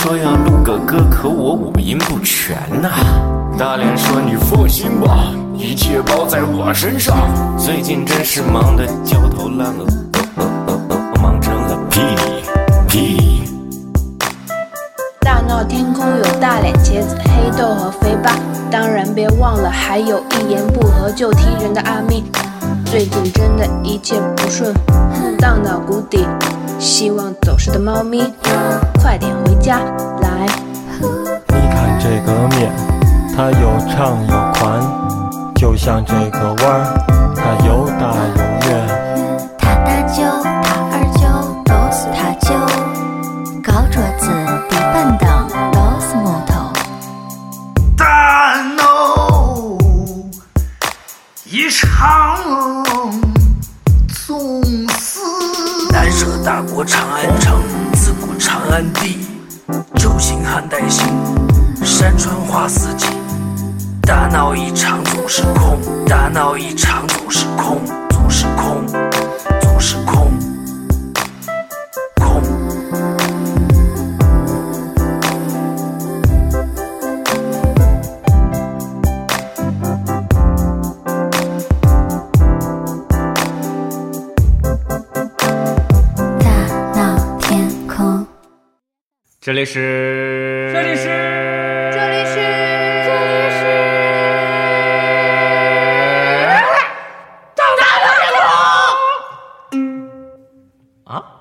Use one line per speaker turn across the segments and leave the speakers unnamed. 这样录个歌，可我五音不全呐、大脸说你放心吧，一切包在我身上。最近真是忙得焦头烂额，呃呃呃呃呃忙成了屁屁。
大闹天宫有大脸茄子、黑豆和飞吧，当然别忘了还有一言不合就踢人的阿密。最近真的一切不顺，荡到谷底，希望走失的猫咪快点回家来。
你看这个面，它有长有 宽，就像这个弯儿，它有大有圆。
他大舅，他二舅，都是他舅。高桌子，低板凳，都是木头。
大闹一场，总是
南舍大国长安城，自古长安地，旧型汉代兴，山川花四季。大闹一场总是空，大闹一场总是空，总是空，总是空，空。
大闹天空。
这里是，
这里是啊，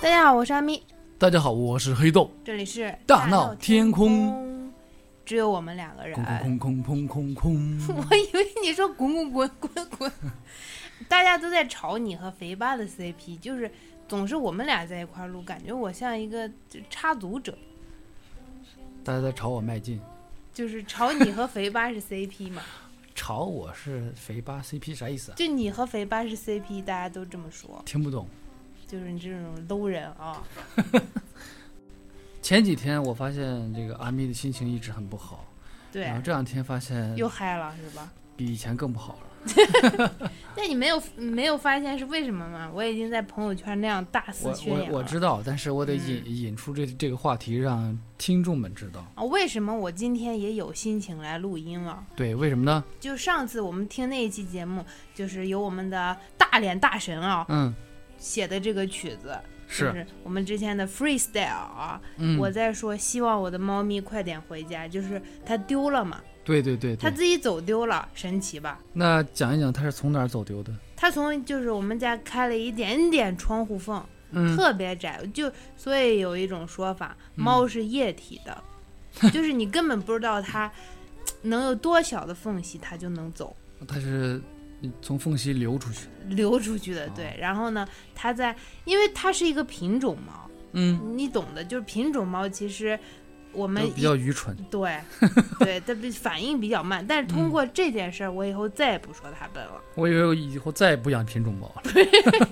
大家好，我是阿咪，
大家好，我是黑豆，
这里是
大闹天空，
只有我们两个人。
空空空空空空空，
我以为你说滚滚滚滚滚，大家都在吵你和肥爸的 CP，就是总是我们俩在一块儿录，感觉我像一个就插足者，
大家在朝我迈进，
就是吵你和肥爸是 CP 嘛，
朝我是肥八 CP 啥意思啊？
就你和肥爸是 CP，大家都这么说，
听不懂。
就是你这种 low 人啊，
前几天我发现这个阿咪的心情一直很不好，
对
然后，这两天发现
又嗨了是吧？
比以前更不好了。
那你没有没有发现是为什么吗？我已经在朋友圈那样大肆
我
宣扬
我
了。
我知道，但是我
嗯
得引、引出这这个话题，让听众们知道。
啊，为什么我今天也有心情来录音了？
对，为什么呢？
就上次我们听那一期节目，就是有我们的大脸大神啊
嗯，，
写的这个曲子，就是是我们之前的 freestyle 啊。
嗯，
我在说希望我的猫咪快点回家，就是它丢了嘛，
对对对
它
对。
自己走丢了，神奇吧？
那讲一讲他是从哪儿走丢的？
它从就是我们家开了一点点窗户缝，
嗯，
特别窄，就所以有一种说法，
嗯
猫是液体的， 就是你根本不知道它能有多小的缝隙，它就能走。
他是从缝隙流出去。
流出去的，
哦
对。然后呢，它在，因为它是一个品种猫，
嗯，
你懂的，就是品种猫其实我们
都比较愚蠢。
一对 对，它比反应比较慢。但是
嗯
通过这件事儿，我以后再也不说它笨了。
我以为我以后再也不养品种猫 了。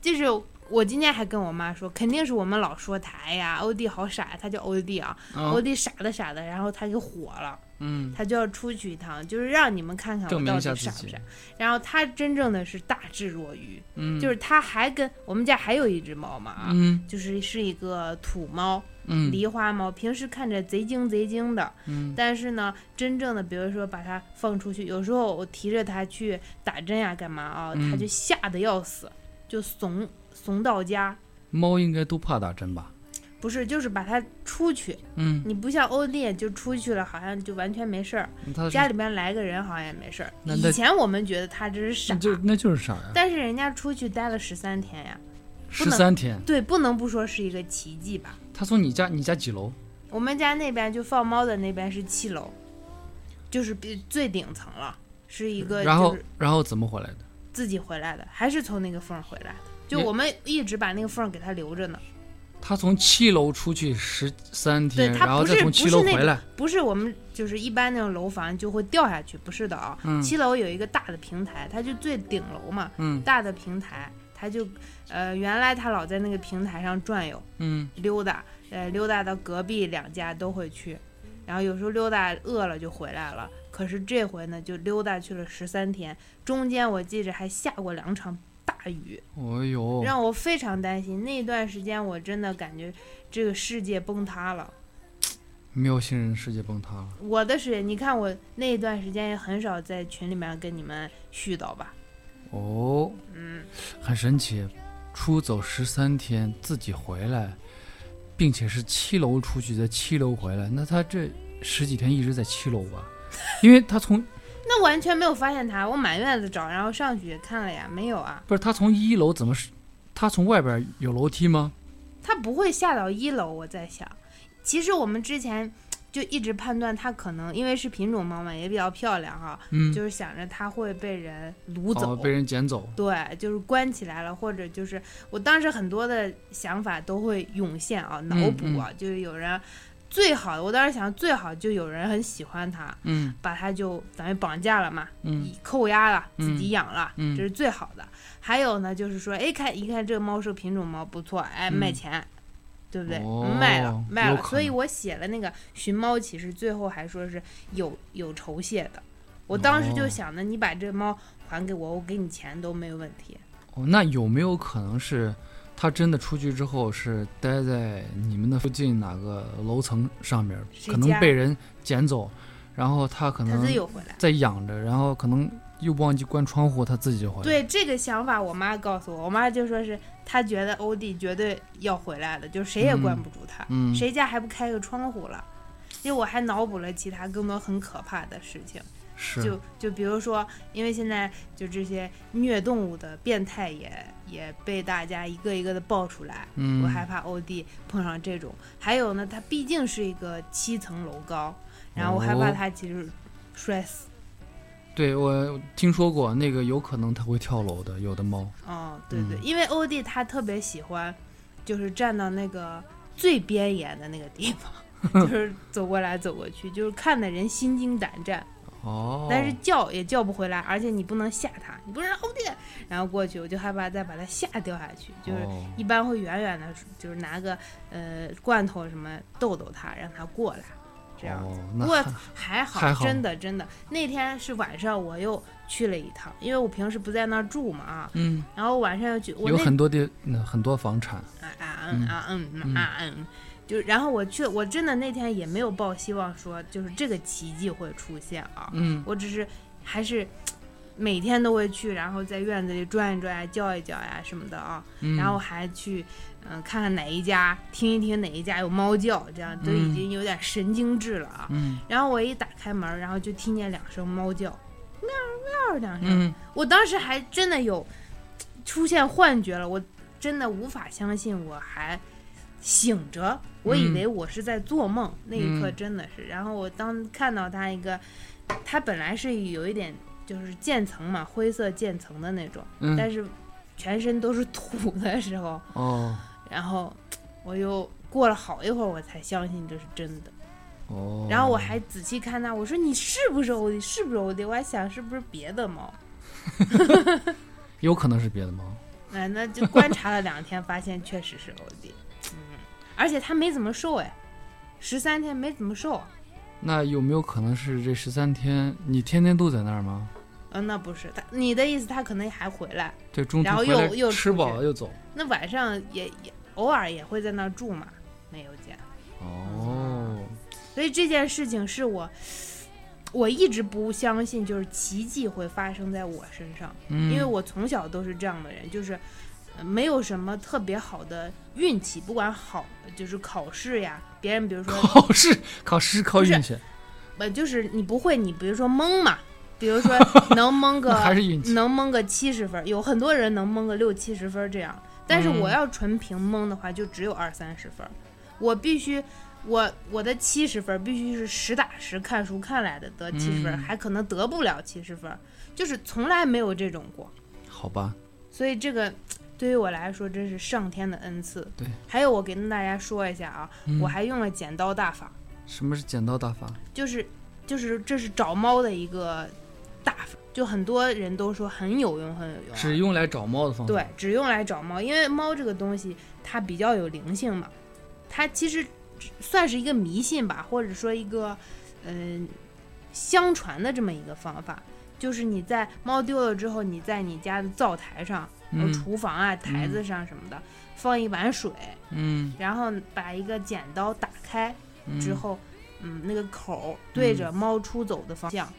就是我今天还跟我妈说，肯定是我们老说它，哎呀，欧弟好傻呀，它叫欧弟啊，欧
啊，
弟傻的傻的，然后它给火了。
嗯，
他就要出去一趟，就是让你们看看
证
我
明
到
一下
底
自
傻不
己
傻。然后他真正的是大智若愚，就是他还跟我们家还有一只猫嘛，啊，
嗯
就是是一个土猫、
嗯
狸花猫，平时看着贼精贼精的，
嗯
但是呢，真正的比如说把它放出去，有时候我提着它去打针呀、干嘛啊，
嗯
它就吓得要死，就怂怂到家。
猫应该都怕打针吧？
不是，就是把它出去，
嗯，
你不像欧弟就出去了，好像就完全没事儿。
他
家里边来个人好像也没事儿。
那
以
那
前我们觉得他这是傻，
就那就是傻呀、
但是人家出去待了十三天呀，
十三天，
对，不能不说是一个奇迹吧。
他从你家你家几楼？
我们家那边就放猫的那边是七楼，就是比最顶层了，是一个
嗯然
就
后
是
然后怎么回来的？
自己回来的，还是从那个缝儿回来的。就
你
我们一直把那个缝儿给它留着呢，
他从七楼出去十三天，
对，
然
它
后
不
再
是
从
不
七
是
楼
那
回
个
来。
不是我们就是一般那种楼房就会掉下去，不是的啊、
嗯
七楼有一个大的平台，它就最顶楼嘛，
嗯
大的平台，它就呃原来它老在那个平台上转悠
嗯
溜达，呃溜达到隔壁两家都会去，然后有时候溜达饿了就回来了。可是这回呢，就溜达去了十三天，中间我记着还下过两场大雨，
哎呦，
让我非常担心。那段时间我真的感觉这个世界崩塌了。
喵星人世界崩塌了。
我的是，你看我那段时间也很少在群里面跟你们絮叨吧，
哦，
嗯，
很神奇，出走十三天自己回来，并且是七楼出去，在七楼回来，那他这十几天一直在七楼吧？ 因为他从
那完全没有发现他，我满院子找，然后上去也看了呀，没有啊，
不是他从一楼怎么是？他从外边有楼梯吗？
他不会下到一楼，我在想，其实我们之前就一直判断他可能因为是品种猫嘛，也比较漂亮哈，
嗯，
就是想着他会被人掳走，
哦，被人捡走。
对，就是关起来了，或者就是我当时很多的想法都会涌现啊，脑
嗯
补啊，就是有人最好，我当时想最好就有人很喜欢他，
嗯
把他就等于绑架了嘛，
嗯
扣押了，
嗯
自己养了，
嗯
这是最好的。还有呢，就是说，哎，看一看这个猫是个品种猫，不错，哎，
嗯
卖钱，对不对？
哦
卖了，卖了。
有可能
所以我写了那个《寻猫启事》，最后还说是有有酬谢的。我当时就
哦
想着，你把这猫还给我，我给你钱都没有问题。
哦，那有没有可能是他真的出去之后是待在你们的附近哪个楼层上面，
谁
可能
家
被人捡走，然后他可
它
能
自己有回来。
在养着，然后可能又忘记关窗户，他自己就回来。，
对这个想法，我妈告诉我，我妈就说是她觉得欧弟绝对要回来的，就是谁也关不住他，
嗯嗯
谁家还不开个窗户了？因为我还脑补了其他更多很可怕的事情，
是，
就就比如说，因为现在就这些虐动物的变态也也被大家一个一个的爆出来，
嗯，
我害怕欧弟碰上这种。还有呢，它毕竟是一个七层楼高，然后我害怕
哦
它其实摔死。
对我听说过那个有可能它会跳楼的，有的猫。
哦，对对，
嗯
因为欧弟他特别喜欢，就是站到那个最边沿的那个地方， 就是走过来走过去，就是看的人心惊胆战，
哦，
但是叫也叫不回来，而且你不能吓他，你不能让欧弟，然后过去我就害怕再把他吓掉下去，就是
哦
一般会远远的，就是拿个呃罐头什么逗逗他，让他过来，这样。
哦，
不
那
过还
还
好，
还好
真的真的，那天是晚上我又去了一趟，因为我平时不在那儿住嘛啊，
嗯，
然后晚上又去，我
有
那
很多地，嗯很多房产。
啊啊嗯啊嗯啊嗯，就然后我去，我真的那天也没有抱希望说就是这个奇迹会出现啊，
嗯，
我只是还是每天都会去，然后在院子里转一转呀、叫一叫呀什么的啊，
嗯
然后还去嗯、呃看看哪一家，听一听哪一家有猫叫，这样都已
嗯
经有点神经质了啊。
嗯
然后我一打开门，然后就听见两声猫叫，喵喵两声，
嗯，
我当时还真的有出现幻觉了，我真的无法相信我还醒着，我
嗯
以为我是在做梦，那一刻真的是。然后我当看到它一个，它本来是有一点就是渐层嘛，灰色渐层的那种，
嗯
但是全身都是土的时候，
哦
然后我又过了好一会儿我才相信这是真的。
哦，
然后我还仔细看它，我说你是不是欧弟？是不是欧弟？我还想是不是别的猫。
有可能是别的猫。
哎，那就观察了两天，发现确实是欧弟。嗯，而且他没怎么瘦哎，十三天没怎么瘦。啊
那有没有可能是这十三天你天天都在那儿吗？
嗯，那不是他，你的意思他可能还回来，
对，中途
然后
回
又
来
又
吃
出去
饱了又走。
那晚上也也偶尔也会在那儿住嘛，没有见。
哦，
所以这件事情是我，我一直不相信，就是奇迹会发生在我身上，
嗯，
因为我从小都是这样的人，就是。呃没有什么特别好的运气，不管好就是考试呀，别人比如说
考试考试靠
不是
运气，
呃，就是你不会，你比如说蒙嘛，比 如说能蒙个
那还是运气。
能蒙个七十分儿，有很多人能蒙个六七十分儿这样。但是我
嗯
要纯凭蒙的话，就只有二三十分儿，我必须。我我的七十分儿必须是实打实看书看来的得七十分儿，
嗯
还可能得不了七十分儿，就是从来没有这种过。
好吧，
所以这个对于我来说真是上天的恩赐。
对，
还有我跟大家说一下啊，
嗯
我还用了剪刀大法，
什么是剪刀大法？
就是就是这是找猫的一个大法，就很多人都说很有用，很有用啊、
只用来找猫的方法。
对，只用来找猫，因为猫这个东西它比较有灵性嘛，它其实只算是一个迷信吧，或者说一个嗯、相传的这么一个方法，就是你在猫丢了之后，你在你家的灶台上、然后
嗯
厨房啊、台子上什么的、放一碗水，
嗯，
然后把一个剪刀打开
嗯，
之后，嗯，那个口儿对着猫出走的方向，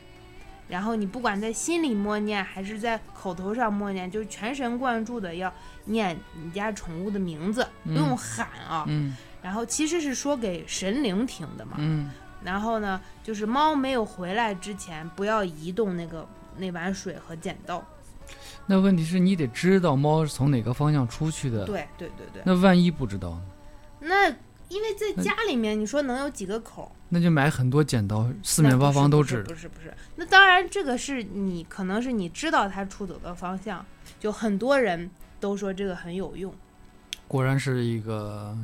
然后你不管在心里默念还是在口头上默念，就是全神贯注的要念你家宠物的名字，不用喊啊。
嗯
然后其实是说给神灵听的嘛。
嗯
然后呢，就是猫没有回来之前，不要移动那个那碗水和剪刀。
那问题是你得知道猫是从哪个方向出去的。。
对对对对，
嗯那万一不知道呢？
那因为在家里面，你说能有几个口儿？
那就买很多剪刀，四
那
面
不
八
是
方
不
都
是
指
不是不是，那当然，这个是你可能是你知道它出走的方向，就很多人都说这个很有用。
果然是一个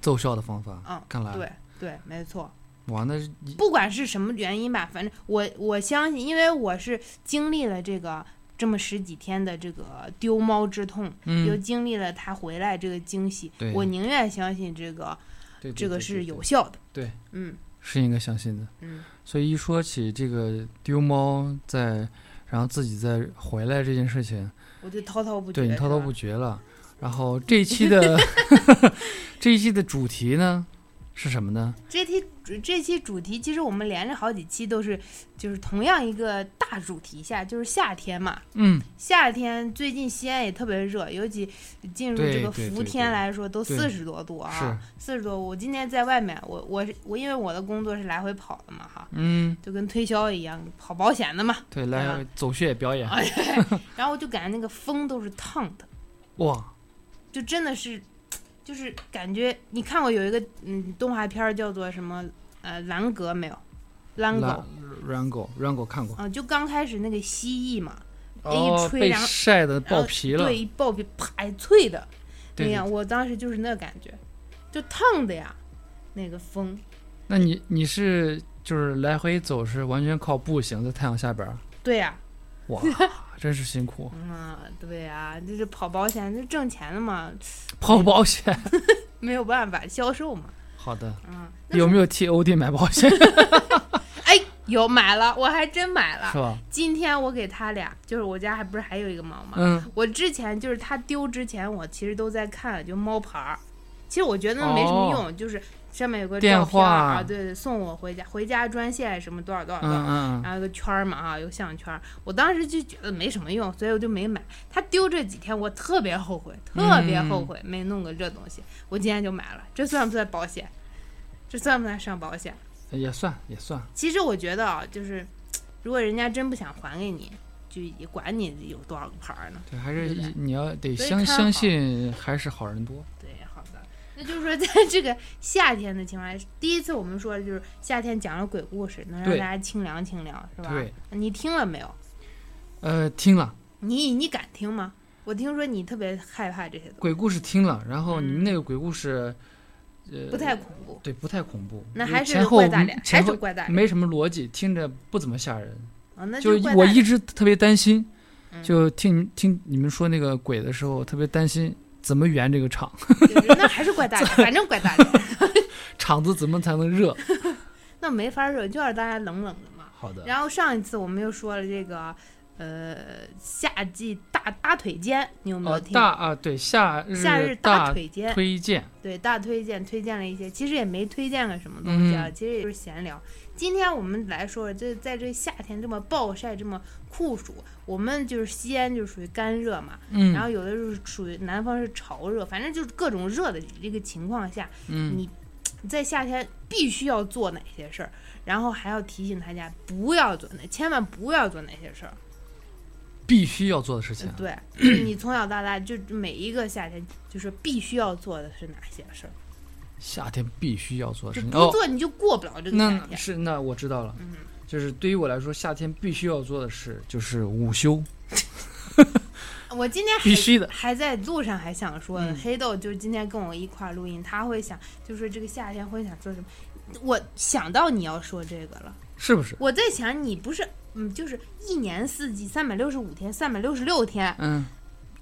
奏效的方法。
嗯
看来
对对，没错。
哇，那是一
不管是什么原因吧，反正我我相信，因为我是经历了这个这么十几天的这个丢猫之痛，又
嗯，
经历了它回来这个惊喜
对，
我宁愿相信这个
对对
这
对
个
对
是
对
有效的。
对，
嗯
是应该相信的。
嗯，
所以一说起这个丢猫在，然后自己再回来这件事情，
我就滔滔不绝。
对你
是
滔滔
吧
不绝了。然后这一期 的 这一期的主题呢是什么呢？
这期主这期主题其实我们连着好几期都是，就是同样一个大主题下，就是夏天嘛。
嗯，
夏天最近西安也特别热，尤其进入
对
这个
对
伏
对
天
对
来说，都
对
四十多度啊，四十多度。我今天在外面，我我是我因为我的工作是来回跑的嘛哈，
嗯，
就跟推销一样，跑保险的嘛。
对，来
啊
走穴表演，
然后我就感觉那个风都是烫的，
哇，
就真的是，就是感觉你看过有一个嗯动画片儿叫做什么呃兰格没有？兰狗
懒。软狗软狗看过，
啊，就刚开始那个蜥蜴嘛，
哦
一，哎吹
被
然后
晒的
然
爆
后
皮了，
对，一爆皮，啪，一脆的那
对对
样。我当时就是那感觉，就烫的呀，那个风。
那你你是就是来回走是完全靠步行，在太阳下边儿，
对呀、
哇，真是辛苦，
嗯，对呀、就是跑保险，就挣钱的嘛，
跑保险。
没有办法，销售嘛。
好的，
嗯，那
有没有替欧弟买保 险是
哎，有买了，我还真买了。
吧？
今天我给他俩，就是我家还不是还有一个猫吗？
嗯，
我之前就是它丢之前，我其实都在看，就猫牌儿。其实我觉得没什么用，就是上面有个
哦电
照片儿
话
啊，对对，送我回家，回家专线什么多少多少多少，
嗯嗯
然后有个圈儿嘛啊，有项圈儿。我当时就觉得没什么用，所以我就没买。它丢这几天，我特别后悔，特别
嗯
后悔、没弄个这东西。我今天就买了，这算不算保险？这算不算上保险？
嗯，也算也算。
其实我觉得啊，就是如果人家真不想还给你，就也管你有多少个牌儿呢。
对，还是
对不对
一你要得
所以
相
看好
相信还是好人多。
对，好的。那就是说，在这个夏天的情况下，第一次我们说的就是夏天讲了鬼故事，能让
对
大家清凉清凉，是吧？
对。
你听了没有？
呃，听了
你你敢听吗？我听说你特别害怕这些东
鬼故事听了，然后你们
嗯
那个鬼故事，
西，不太恐怖。
对，不太恐怖，
那
就
还
前
是
后
怪大脸，还
前
是
后
怪大脸。
没什么逻辑，听着不怎么吓人。
啊，那
就是
怪
我
大
一
脸
直特别担心，
嗯
就听你听你们说那个鬼的时候，我特别担心怎么圆这个场，
就是那还是怪大脸，反正怪大脸，
场子怎么才能热？
那没法惹，就让大家冷冷的嘛。
好的，
然后上一次我们又说了这个，呃，夏季大大腿间，你有没有
呃，
听？
大啊，对，夏日
夏日
大
腿间，
推荐，
对，大推荐推荐了一些，其实也没推荐个什么东西啊，
嗯
其实也就是闲聊。今天我们来说，这在这夏天这么暴晒、这么酷暑，我们就是西安就属于干热嘛，然
嗯
后有的就是属于南方是潮热，反正就是各种热的这个情况下，
嗯，
你在夏天必须要做哪些事儿，然后还要提醒大家不要做哪，千万不要做哪些事儿。
必须要做的事情啊，
嗯对，就是你从小到大就每一个夏天，就是必须要做的是哪些事儿。
夏天必须要做的
就
事情。
不
哦，
做你就过不了这个夏
那
天。
是那我知道了，就是对于我来说，夏天必须要做的事就是午休。
我今天还
必须的
还在路上还想说呢，
嗯
黑豆就是今天跟我一块儿录音，他会想，就是这个夏天会想说什么。我想到你要说这个了，
是不是？
我在想你不是，嗯，就是一年四季三百六十五天、三百六十六天，
嗯，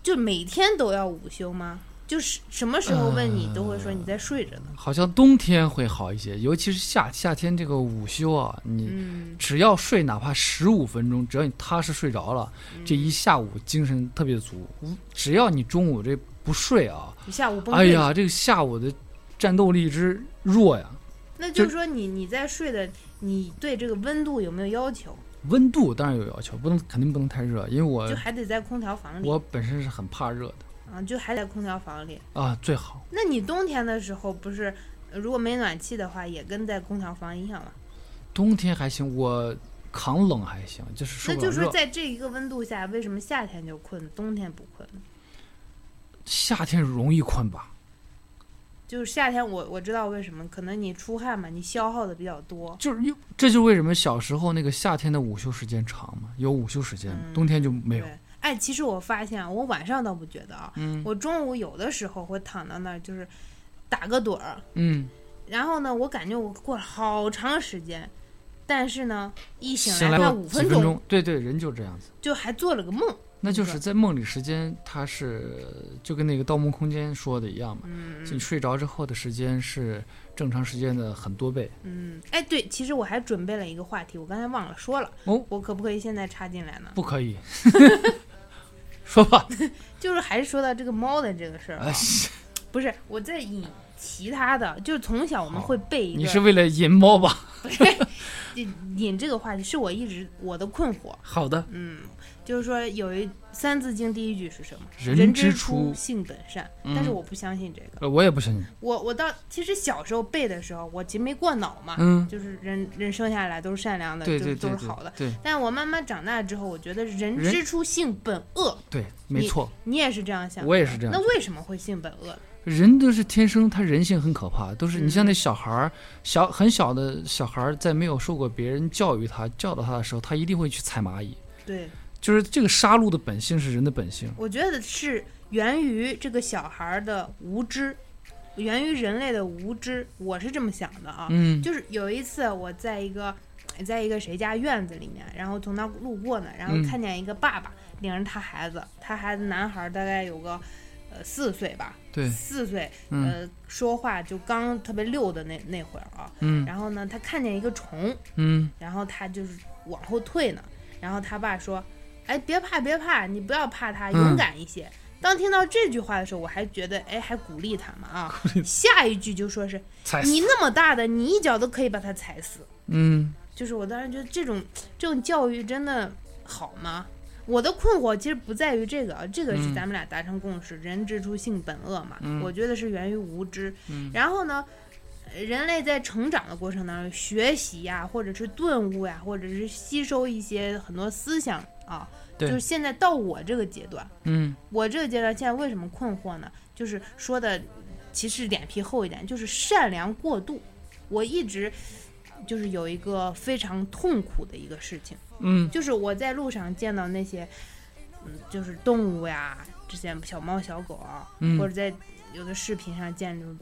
就每天都要午休吗？就是什么时候问你都会说你在睡着呢。
好像冬天会好一些，尤其是夏夏天这个午休啊，你
嗯，
只要睡哪怕十五分钟，只要你踏实睡着了，这一下午精神特别足。无只要你中午这不睡啊，
你嗯下午崩溃。
哎呀，这个下午的战斗力之弱呀。
那就是
就
说你你在睡的，你对这个温度有没有要求？
温度当然有要求，不能肯定不能太热，因为我
就还得在空调房里
呃我本身是很怕热的
啊，就还在空调房里。
啊，最好。
那你冬天的时候不是，呃如果没暖气的话，也跟在空调房一样嘛？
冬天还行，我扛冷还行，就是受
那
不
就
了
是说，
热。
在这一个温度下，为什么夏天就困，冬天不困呢？
夏天容易困吧？
就是夏天我我知道为什么，可能你出汗嘛，你消耗的比较多。
就是因这就是为什么小时候那个夏天的午休时间长嘛，有午休时间嘛，
嗯
冬天就没有。
对，哎，其实我发现啊我晚上倒不觉得啊，
嗯
我中午有的时候会躺到那儿就是打个盹儿，
嗯，
然后呢，我感觉我过了好长时间，但是呢，一
醒
醒
来
大概
后
五
几分
钟
钟，对对，人就这样子。
就还做了个梦。
那就是在梦里时间，它是就跟那个《盗梦空间》说的一样嘛，
嗯
就你睡着之后的时间是正常时间的很多倍。
嗯，哎，对，其实我还准备了一个话题，我刚才忘了说了，
哦
我可不可以现在插进来呢？
不 可以，说吧。
就是还是说到这个猫的这个事儿啊，
哎
不是我在引其他的，就是从小我们会背一
你
个
是为了引猫吧？
引引这个话题，是我一直我的困惑，
好的，
嗯，就是说有一《三字经》第一句是什么？
人
之
之
初，
初嗯
性本善，但是我不相信这个。
呃我也不相信。
我我到其实小时候背的时候，我其实没过脑嘛，
嗯
就是人人生下来都是善良的，
对对
就
对
呃都是
对
好的。
对
但我慢慢长大之后，我觉得人
人
之初性本恶，
对，没
你
错，
你也是这样想，
我也是这样
那。为什么会性本恶？
人都是天生，他人性很可怕，都是你像那
嗯
小孩儿，小很小的小孩儿，在没有受过别人教育他教导他的时候，他一定会去踩蚂蚁。
对，
就是这个杀戮的本性是人的本性，
我觉得是源于这个小孩儿的无知，源于人类的无知，我是这么想的啊。
嗯
就是有一次我在一个在一个谁家院子里面，然后从那儿路过呢，然后
嗯
看见一个爸爸领着他孩子，他孩子男孩儿大概有个呃四岁吧，
对，
四岁，
嗯
呃，说话就刚特别溜的那那会儿啊。
嗯
然后呢，他看见一个虫，
嗯
然后他就是往后退呢，然后他爸说：“哎，别怕，别怕，你不要怕他，勇
嗯
敢一些。当听到这句话的时候，我还觉得，哎，还鼓励他嘛 啊。下一句就说是
踩死
你那么大的，你一脚都可以把他踩死。
嗯，
就是我当时觉得这种这种教育真的好吗？我的困惑其实不在于这个，啊，这个
嗯
是咱们俩达成共识，人之初性本恶嘛，我觉得是源于无知。
嗯
然后呢，呃人类在成长的过程当中，学习呀，或者是顿悟呀，或者是吸收一些很多思想啊，就
对
是现在到我这个阶段，
嗯，
我这个阶段现在为什么困惑呢？就是说的，其实脸皮厚一点，就是善良过度。我一直就是有一个非常痛苦的一个事情，
嗯，
就是我在路上见到那些，嗯，就是动物呀，这些小猫小狗啊，
嗯
或者在有的视频上见这种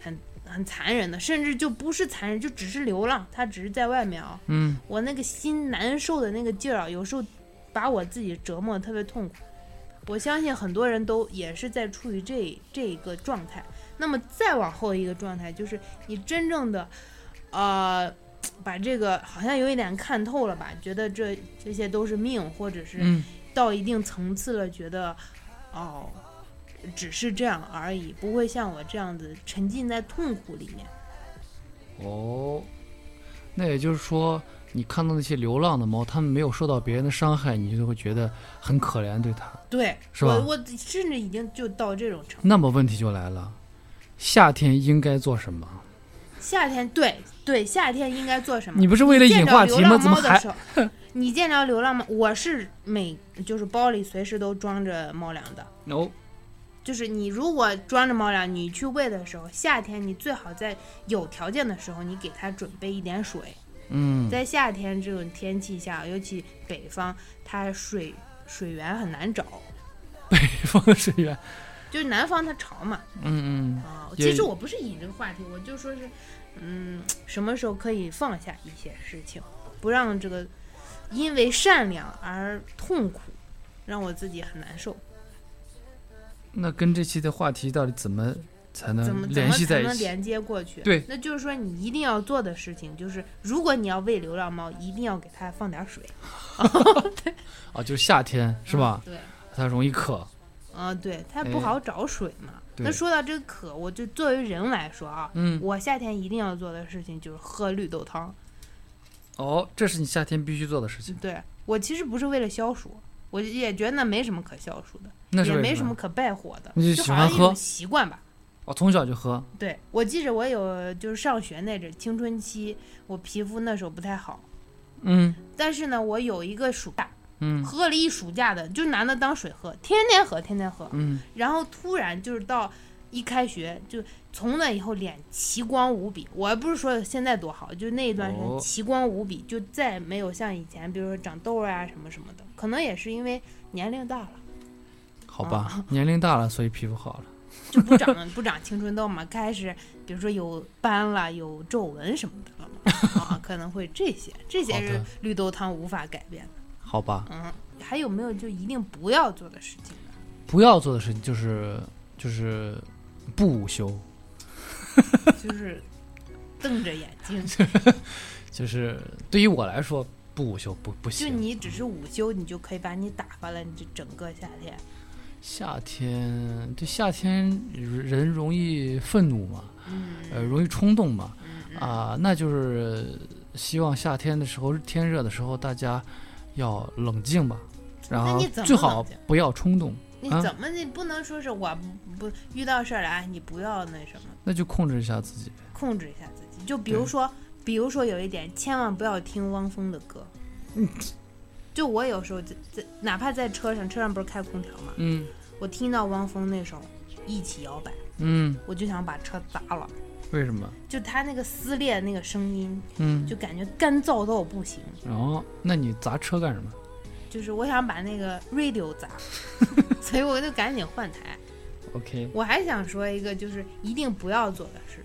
很很残忍的，甚至就不是残忍，就只是流浪，它只是在外面啊，
嗯，
我那个心难受的那个劲儿啊，有时候把我自己折磨的特别痛苦。我相信很多人都也是在处于这这一个状态。那么再往后一个状态，就是你真正的，呃，把这个好像有一点看透了吧，觉得这这些都是命，或者是
嗯
到一定层次了，觉得哦，只是这样而已，不会像我这样子沉浸在痛苦里面。
哦，那也就是说，你看到那些流浪的猫，它们没有受到别人的伤害，你就会觉得很可怜对它。
对，
是吧
我我甚至已经就到这种程度。
那么问题就来了，夏天应该做什么？
嗯夏天对对，夏天应该做什么？
你不是为了
见
引
着
话
流
题吗？
浪
怎么
猫的
还
时候，你见着流浪猫，我是每就是包里随时都装着猫粮的。
哦，
就是你如果装着猫粮，你去喂的时候，夏天你最好在有条件的时候，你给它准备一点水。
嗯，
在夏天这种天气下，尤其北方，它水水源很难找，
北方水源，
就是南方它潮嘛。
嗯嗯，
啊、
也
其实我不是引这个话题，我就说是，嗯，什么时候可以放下一些事情，不让这个因为善良而痛苦，让我自己很难受。
那跟这期的话题到底怎么才
怎么怎
能呃联
么
系在
才
一
能
起？
连接过去？
对
那就是说你一定要做的事情就是，如果你要喂流浪猫，一定要给它放点水，
哦，就是夏天
嗯
是吧？
对。
它容易渴。
啊，对，它
哎
不好找水嘛。
对
那说到这个渴，我就作为人来说啊，
嗯，
我夏天一定要做的事情就是喝绿豆汤。
哦，这是你夏天必须做的事情。
对我其实不是为了消暑，我也觉得那没什么可消暑的，
那是
也
为
没
什
什
么
么可败火的，
你就
就
喜
好
欢
像一种
喝
习惯吧。
哦，从小就喝。
对我记着我有就是上学那阵儿青春期，我皮肤那时候不太好，
嗯
但是呢，我有一个暑假
嗯
喝了一暑假的，就拿那当水喝，天天喝，天天喝。
嗯，
然后突然就是到一开学，就从那以后脸奇光无比。我不是说现在多好，就那一段时
哦
间奇光无比，就再没有像以前，比如说长痘儿啊什么什么的，可能也是因为年龄大了，
好
啊
吧， 年龄大了，所以皮肤好了。
就不长 不长青春痘嘛，开始比如说有斑啦、有皱纹什么的了 嘛，啊，可能会这些，这些
好
是
的
绿豆汤无法改变的。
好吧，
嗯，还有没有就一定不要做的事情 呢？
不要做的事情就是就是不午休，
就是瞪着眼睛。
就是对于我来说，不午休不不
就
行。
你只是午休，你就可以把你打发了，你这整个夏天。
夏天对夏天人容易愤怒嘛，
嗯
呃，容易冲动嘛，啊、那就是希望夏天的时候，天热的时候，大家要冷静吧，然
那
后
你怎么
最好
冷静
不要冲动，
你
啊
怎么你不能说是我不不遇到事儿了，哎，你不要那什么，
那就控制一下自己。
控制一下自己。就比如
对
说，比如说有一点，千万不要听汪峰的歌。就我有时候在在，哪怕在车上，车上不是开空调嘛，
嗯
我听到汪峰那首《一起摇摆》，
嗯，
我就想把车砸了。
为什么？
就他那个撕裂那个声音，
嗯，
就感觉干燥到不行。
然后那你砸车干什么？
就是我想把那个 radio 砸，所以我就赶紧换台。
OK，
我还想说一个，就是一定不要做的事，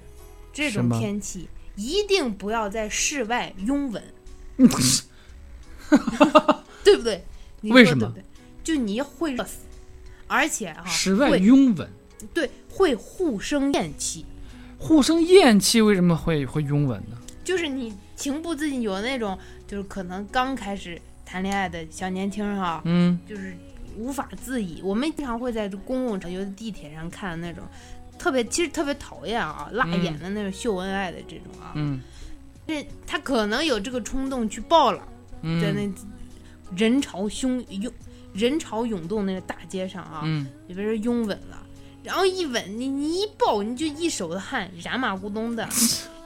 这
什
种
么
天气一定不要在室外拥 吻，对不对？你说
为什么
对不对？就你会热死，而且哈、
室外
会
拥吻，
对会互生厌气，
互生厌气，为什么会会拥吻呢？
就是你情不自禁有那种，就是可能刚开始谈恋爱的小年轻哈、
嗯，
就是无法自已。我们经常会在公共场合、地铁上看那种特别，其实特别讨厌啊，辣眼的那种秀恩爱的这种啊。
嗯。
这他可能有这个冲动去抱了，
嗯
在那人潮汹涌、人潮涌动那个大街上啊，
嗯
里边是拥吻了。然后一吻你，你一抱你就一手的汗，染马咕咚的，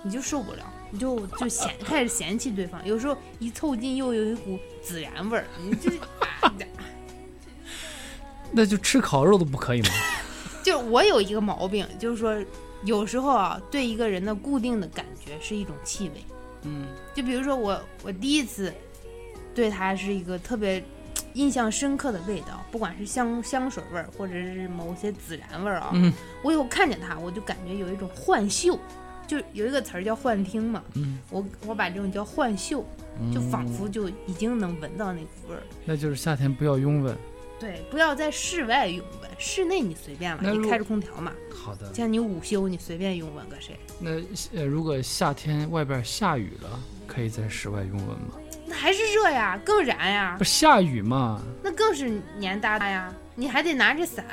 你就受不了，你就就嫌开始嫌弃对方。有时候一凑近又有一股孜然味儿，你就啊
那就吃烤肉都不可以吗？
就是我有一个毛病，就是说有时候啊，对一个人的固定的感觉是一种气味。
嗯，
就比如说我，我第一次对他是一个特别嗯印象深刻的味道，不管是香香水味儿，或者是某些孜然味儿啊。
嗯
我有看见他，我就感觉有一种幻嗅，就有一个词儿叫幻听嘛。
嗯
我我把这种叫幻嗅，就仿佛就已经能闻到那股味儿。
那就是夏天不要拥吻。
对，不要在室外拥吻，室内你随便
那
嘛，
如
你
果
开着空调嘛。
好的，
像你午休，你随便拥吻个谁，
那呃，如果夏天外边下雨了，可以在室外拥吻吗？
那还是热呀，更燃呀
不，下雨嘛？
那更是黏哒哒呀，你还得拿着伞，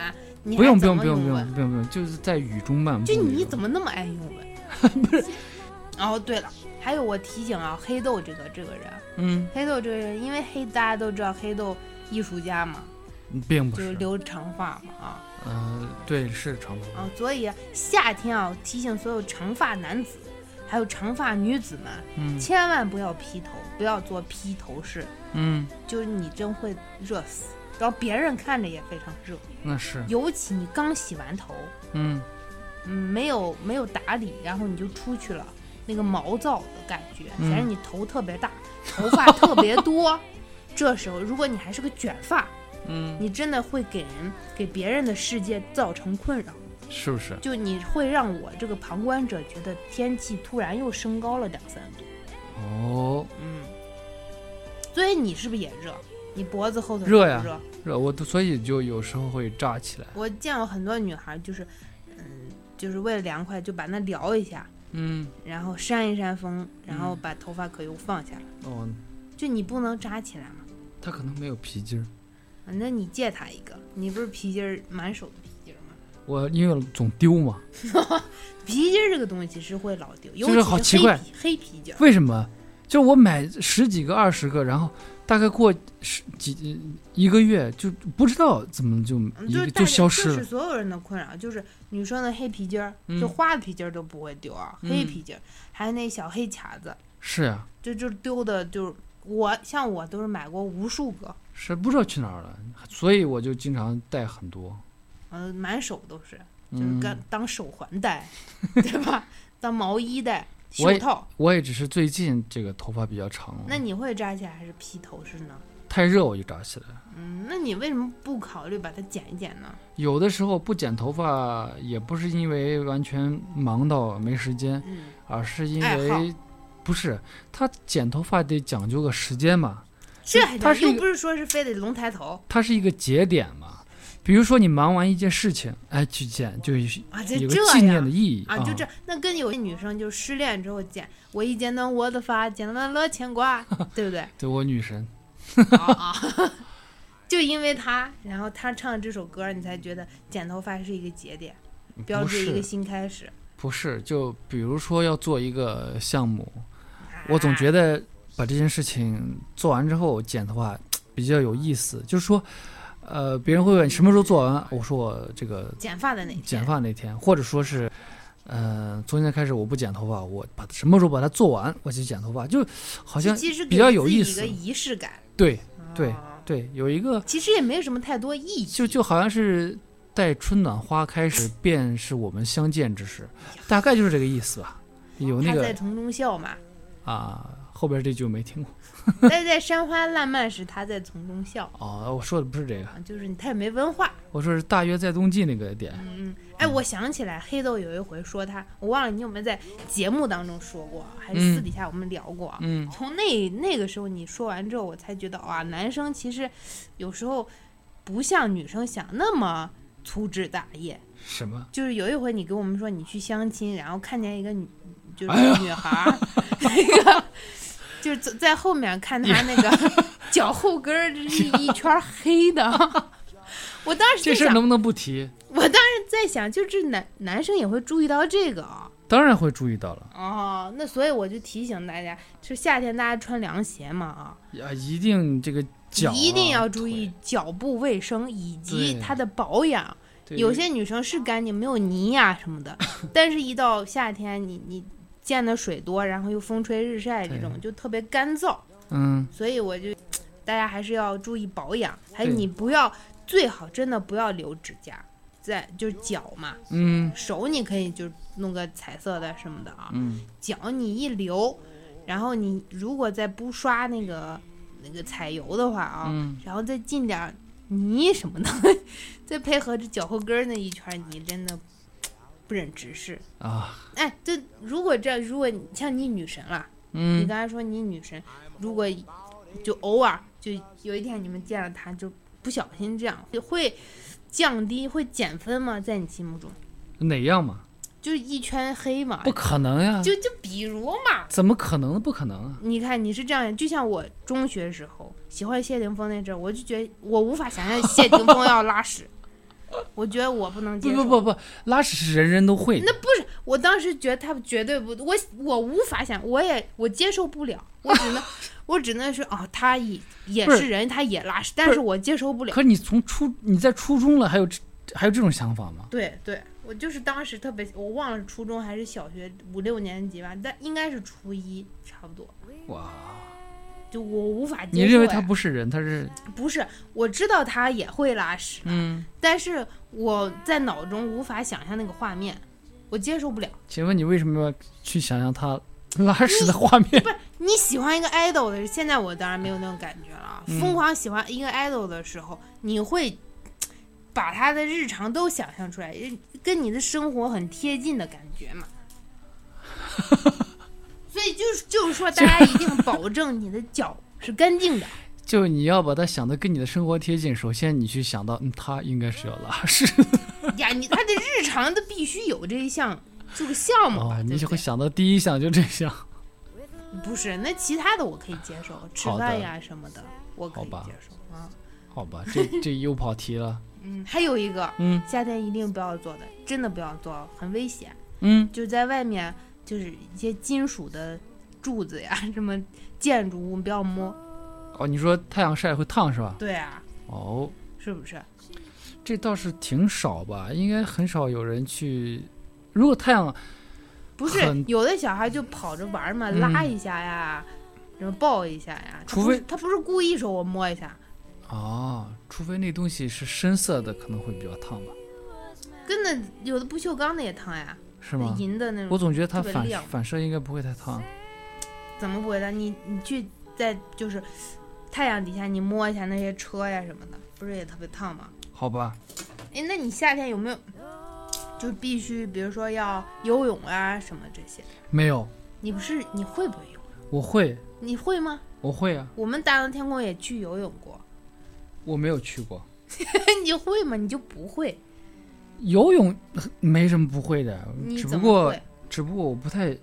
你
不
还
用不
怎
用
么
不用不
拥
用
吻？
不用不用，就是在雨中漫步那
就
种。
你怎么那么爱拥 吻？不是。哦，对了，还有我提醒啊，黑豆这个这个人，
嗯，
黑豆这个人，因为黑大家都知道黑豆艺术家嘛，
并不
就是
是。
留长发嘛啊
嗯，对，是长头
啊，所以夏天啊，提醒所有长发男子，还有长发女子们，
嗯
千万不要披头，不要做披头士。
嗯，
就是你真会热死，然后别人看着也非常热，
那是。
尤其你刚洗完头，
嗯，
嗯，没有没有打理，然后你就出去了，那个毛躁的感觉，
嗯
显得 你头特别大，头发特别多。这时候，如果你还是个卷发，
嗯，
你真的会给人给别人的世界造成困扰。
是不是？
就你会让我这个旁观者觉得天气突然又升高了两三度，
哦，
嗯，所以你是不是也热？你脖子后头
热
呀
呀。热我都所以就有时候会炸起来。
我见过很多女孩，就是，嗯，就是为了凉快就把那撩一下，
嗯，
然后扇一扇风，然后
嗯
把头发可又放下来。
哦，
就你不能扎起来嘛，
他可能没有皮筋儿。
反正你借她一个，你不是皮筋儿满手的皮筋儿吗？
我因为总丢嘛，
皮筋儿这个东西是会老丢，尤
就
其
是好奇怪
黑皮黑皮筋儿。
为什么？就是我买十几个、二十个，然后大概过十几一个月，就不知道怎么就
嗯
一
就是
个
大
就
家这
消失
是
了。
所有人的困扰，就是女生的黑皮筋儿，
嗯
就花的皮筋儿都不会丢啊，
嗯
黑皮筋儿，还有那小黑卡子，
是啊呀、
就就丢的，就是我像我都是买过无数个，
是不知道去哪儿了，所以我就经常带很多。
嗯、满手都是，就是
嗯，
干、当手环 戴，对吧？当毛衣戴，
我
袖
也
套。
我也只是最近这个头发比较长了，
那你会扎起来还是披头饰呢？
太热我就扎起来。
嗯，那你为什么不考虑把它剪一剪呢？
有的时候不剪头发也不是因为完全忙到没时间，
嗯，
而是因
爱好
为不是他剪头发得讲究个时间嘛，
这还
它
能
是
又
一个
不是说是非得龙抬头
它是一个节点嘛。比如说你忙完一件事情，哎，去剪就有
啊？这
有个
这
纪念
样
的意义
啊，就这，那跟有些女生就失恋之后剪，我一剪短我的发，剪断了牵 挂，对不对？
对我女神，
啊啊， 就因为她，然后她唱这首歌，你才觉得剪头发是一个节点，标
不
志一个
是
新开始。
不是，就比如说要做一个项目，我
啊
总觉得把这件事情做完之后剪头发比较有意思，就是说，呃，别人会问你什么时候做完，我说我这个
剪发的那天，
剪发那天，或者说是，呃，从现在开始我不剪头发，我把什么时候把它做完，我去剪头发，就好
就
像
其实
比
给
较
自
有
己
意
一
思
个。仪式感。
对对
啊
对，有一个
其实也没有什么太多意义。
就就好像是待春暖花开时，便是我们相见之时，大概就是这个意思吧。有那
哎哦他在
个
丛中笑 嘛，
啊，后边这句我没听过
但在山花烂漫时，他在丛中笑
哦，我说的不是这个，
啊，就是你太没文化。
我说是大约在冬季那个点。
嗯，哎，我想起来，黑豆有一回说他，我忘了你有没有在节目当中说过，还是私
嗯
底下我们聊过。啊
嗯
从那那个时候你说完之后，我才觉得哇，男生其实有时候不像女生想那么粗枝大叶。
什么？
就是有一回你跟我们说你去相亲，然后看见一个女，就
哎呀
是女孩儿， 那个就是在在后面看她那
哎
个脚后跟儿一一圈儿黑 的。我当时
这
就
事儿
想，
能不能不提？
我当时在想，就是男男生也会注意到这个啊、
当然会注意到了，
哦，那所以我就提醒大家，就夏天大家穿凉鞋嘛啊，
啊，一定这个脚、啊、
一定要注意
腿。
脚部卫生以及
对
它的保养。
对
有些女生是干净，没有泥呀、什么 的，但是一到夏天，你你见的水多，然后又风吹日晒，这
对
种就特别干燥，
嗯，
所以我就大家还是要注意保养，还有
对
你不要最好真的不要留指甲，在就是脚嘛，
嗯
手你可以就弄个彩色的什么的啊，
嗯，
脚你一留，然后你如果再不刷那个那个彩油的话啊，
嗯
然后再进点儿泥什么的， 再配合这脚后跟儿那一圈儿泥，真的不忍直视。
啊，
哎，这如果这如果你像你女神了，你
嗯
刚才说你女神，如果就偶尔就有一天你们见了她，就不小心这样，会降低会减分吗？在你心目中，
哪样嘛？
就是一圈黑嘛？
不可能呀！
就就比如嘛，
怎么可能？不可能啊！
你看，你是这样，就像我中学时候喜欢谢霆锋那阵儿，我就觉得我无法想象谢霆锋要拉 屎，我觉得我不能接
不
受。
不不不，拉屎是人人都会的
那。不是，我当时觉得他绝对不，我我无法想，我也我接受不了，我只能 我只能是啊，他也也
不是
是人，他也拉屎，但是我接受不了。
可你从初你在初中了，还有这还有这种想法吗？
对对，我就是当时特别，我忘了初中还是小学五六年级吧，但应该是初一差不多，
哇！
就我无法接受
你
呀。
认为他不是人，他是
不是？我知道他也会拉屎，
嗯？
但是我在脑中无法想象那个画面，我接受不了。
请问你为什么要去想象他拉屎的画面，
你喜欢一个 idol 的，现在我当然没有那种感觉了啊。
嗯
疯狂喜欢一个 idol 的时候，你会把他的日常都想象出来，跟你的生活很贴近的感觉 嘛。所以就是就是说，大家一定保证你的脚是干净的。
就你要把它想的跟你的生活贴近。首先，你去想到，嗯，他应该是要拉屎 的
呀，你他的日常的必须有这一项这个项目吧，
哦，
对
你
不
就
对
会想到第一项就这项，
不是，那其他的我可以接受，吃
好的
饭呀什么的，我可
好
以
吧
接受啊。
好吧？这这又跑题了，
嗯，还有一个，
嗯
夏天一定不要做的，真的不要做，很危险。
嗯，
就在外面，就是一些金属的柱子呀， 什么建筑物不要摸。
哦，你说太阳晒会烫是吧？
对啊，
哦，
是不是？
这倒是挺少吧，应该很少有人去。如果太阳
不是
很，
有的小孩就跑着玩儿嘛，
嗯
拉一下呀，什么抱一下呀，他
除
不是
非
他不是故意说我摸一下，
哦，除非那东西是深色的，可能会比较烫吧，
真的有的不锈钢的也烫呀，
是吗？
银的那
我
种，
总觉得它
特别
反
亮
反射应该不会太烫。
怎么不会烫？你你去在就是太阳底下你摸一下那些车呀什么的，不是也特别烫吗？
好吧，
哎，那你夏天有没有就必须，比如说要游泳啊什么这些？
没有，
你不是你会不会游？
我会，
你会吗？
我会啊，
我们大闹天宫也去游泳过，
我没有去过
你会吗？你就不会，
游泳，没什么不会的，
你
只不
怎么
过
会？
只不过我不太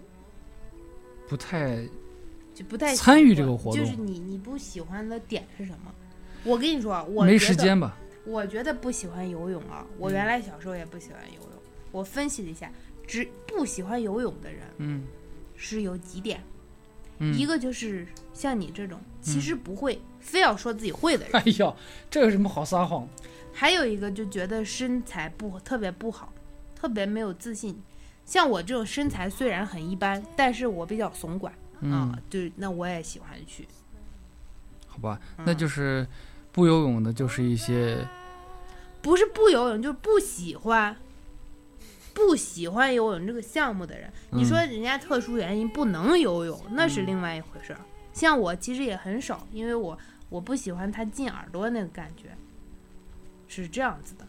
不太
就不太喜
参与
欢
这个活
就是
动
你你不喜欢的点是什么？我跟你说啊，我
没
觉
时
得
间吧。
我觉得不喜欢游泳啊，我
嗯
原来小时候也不喜欢游泳。我分析了一下，只不喜欢游泳的人
嗯
是有几点，
嗯，
一个就是像你这种其实不会，非要说自己会的人。
哎呦，这有什么好撒谎？
还有一个就觉得身材不特别不好，特别没有自信。像我这种身材虽然很一般，但是我比较怂管、
嗯
啊，，对，那我也喜欢去。
好吧，
嗯
那就是不游泳的，就是一些
不是不游泳，就是不喜欢，不喜欢游泳这个项目的人。你说人家特殊原因不能游泳，那是另外一回事儿。像我其实也很少，因为我我不喜欢它进耳朵那个感觉，是这样子的。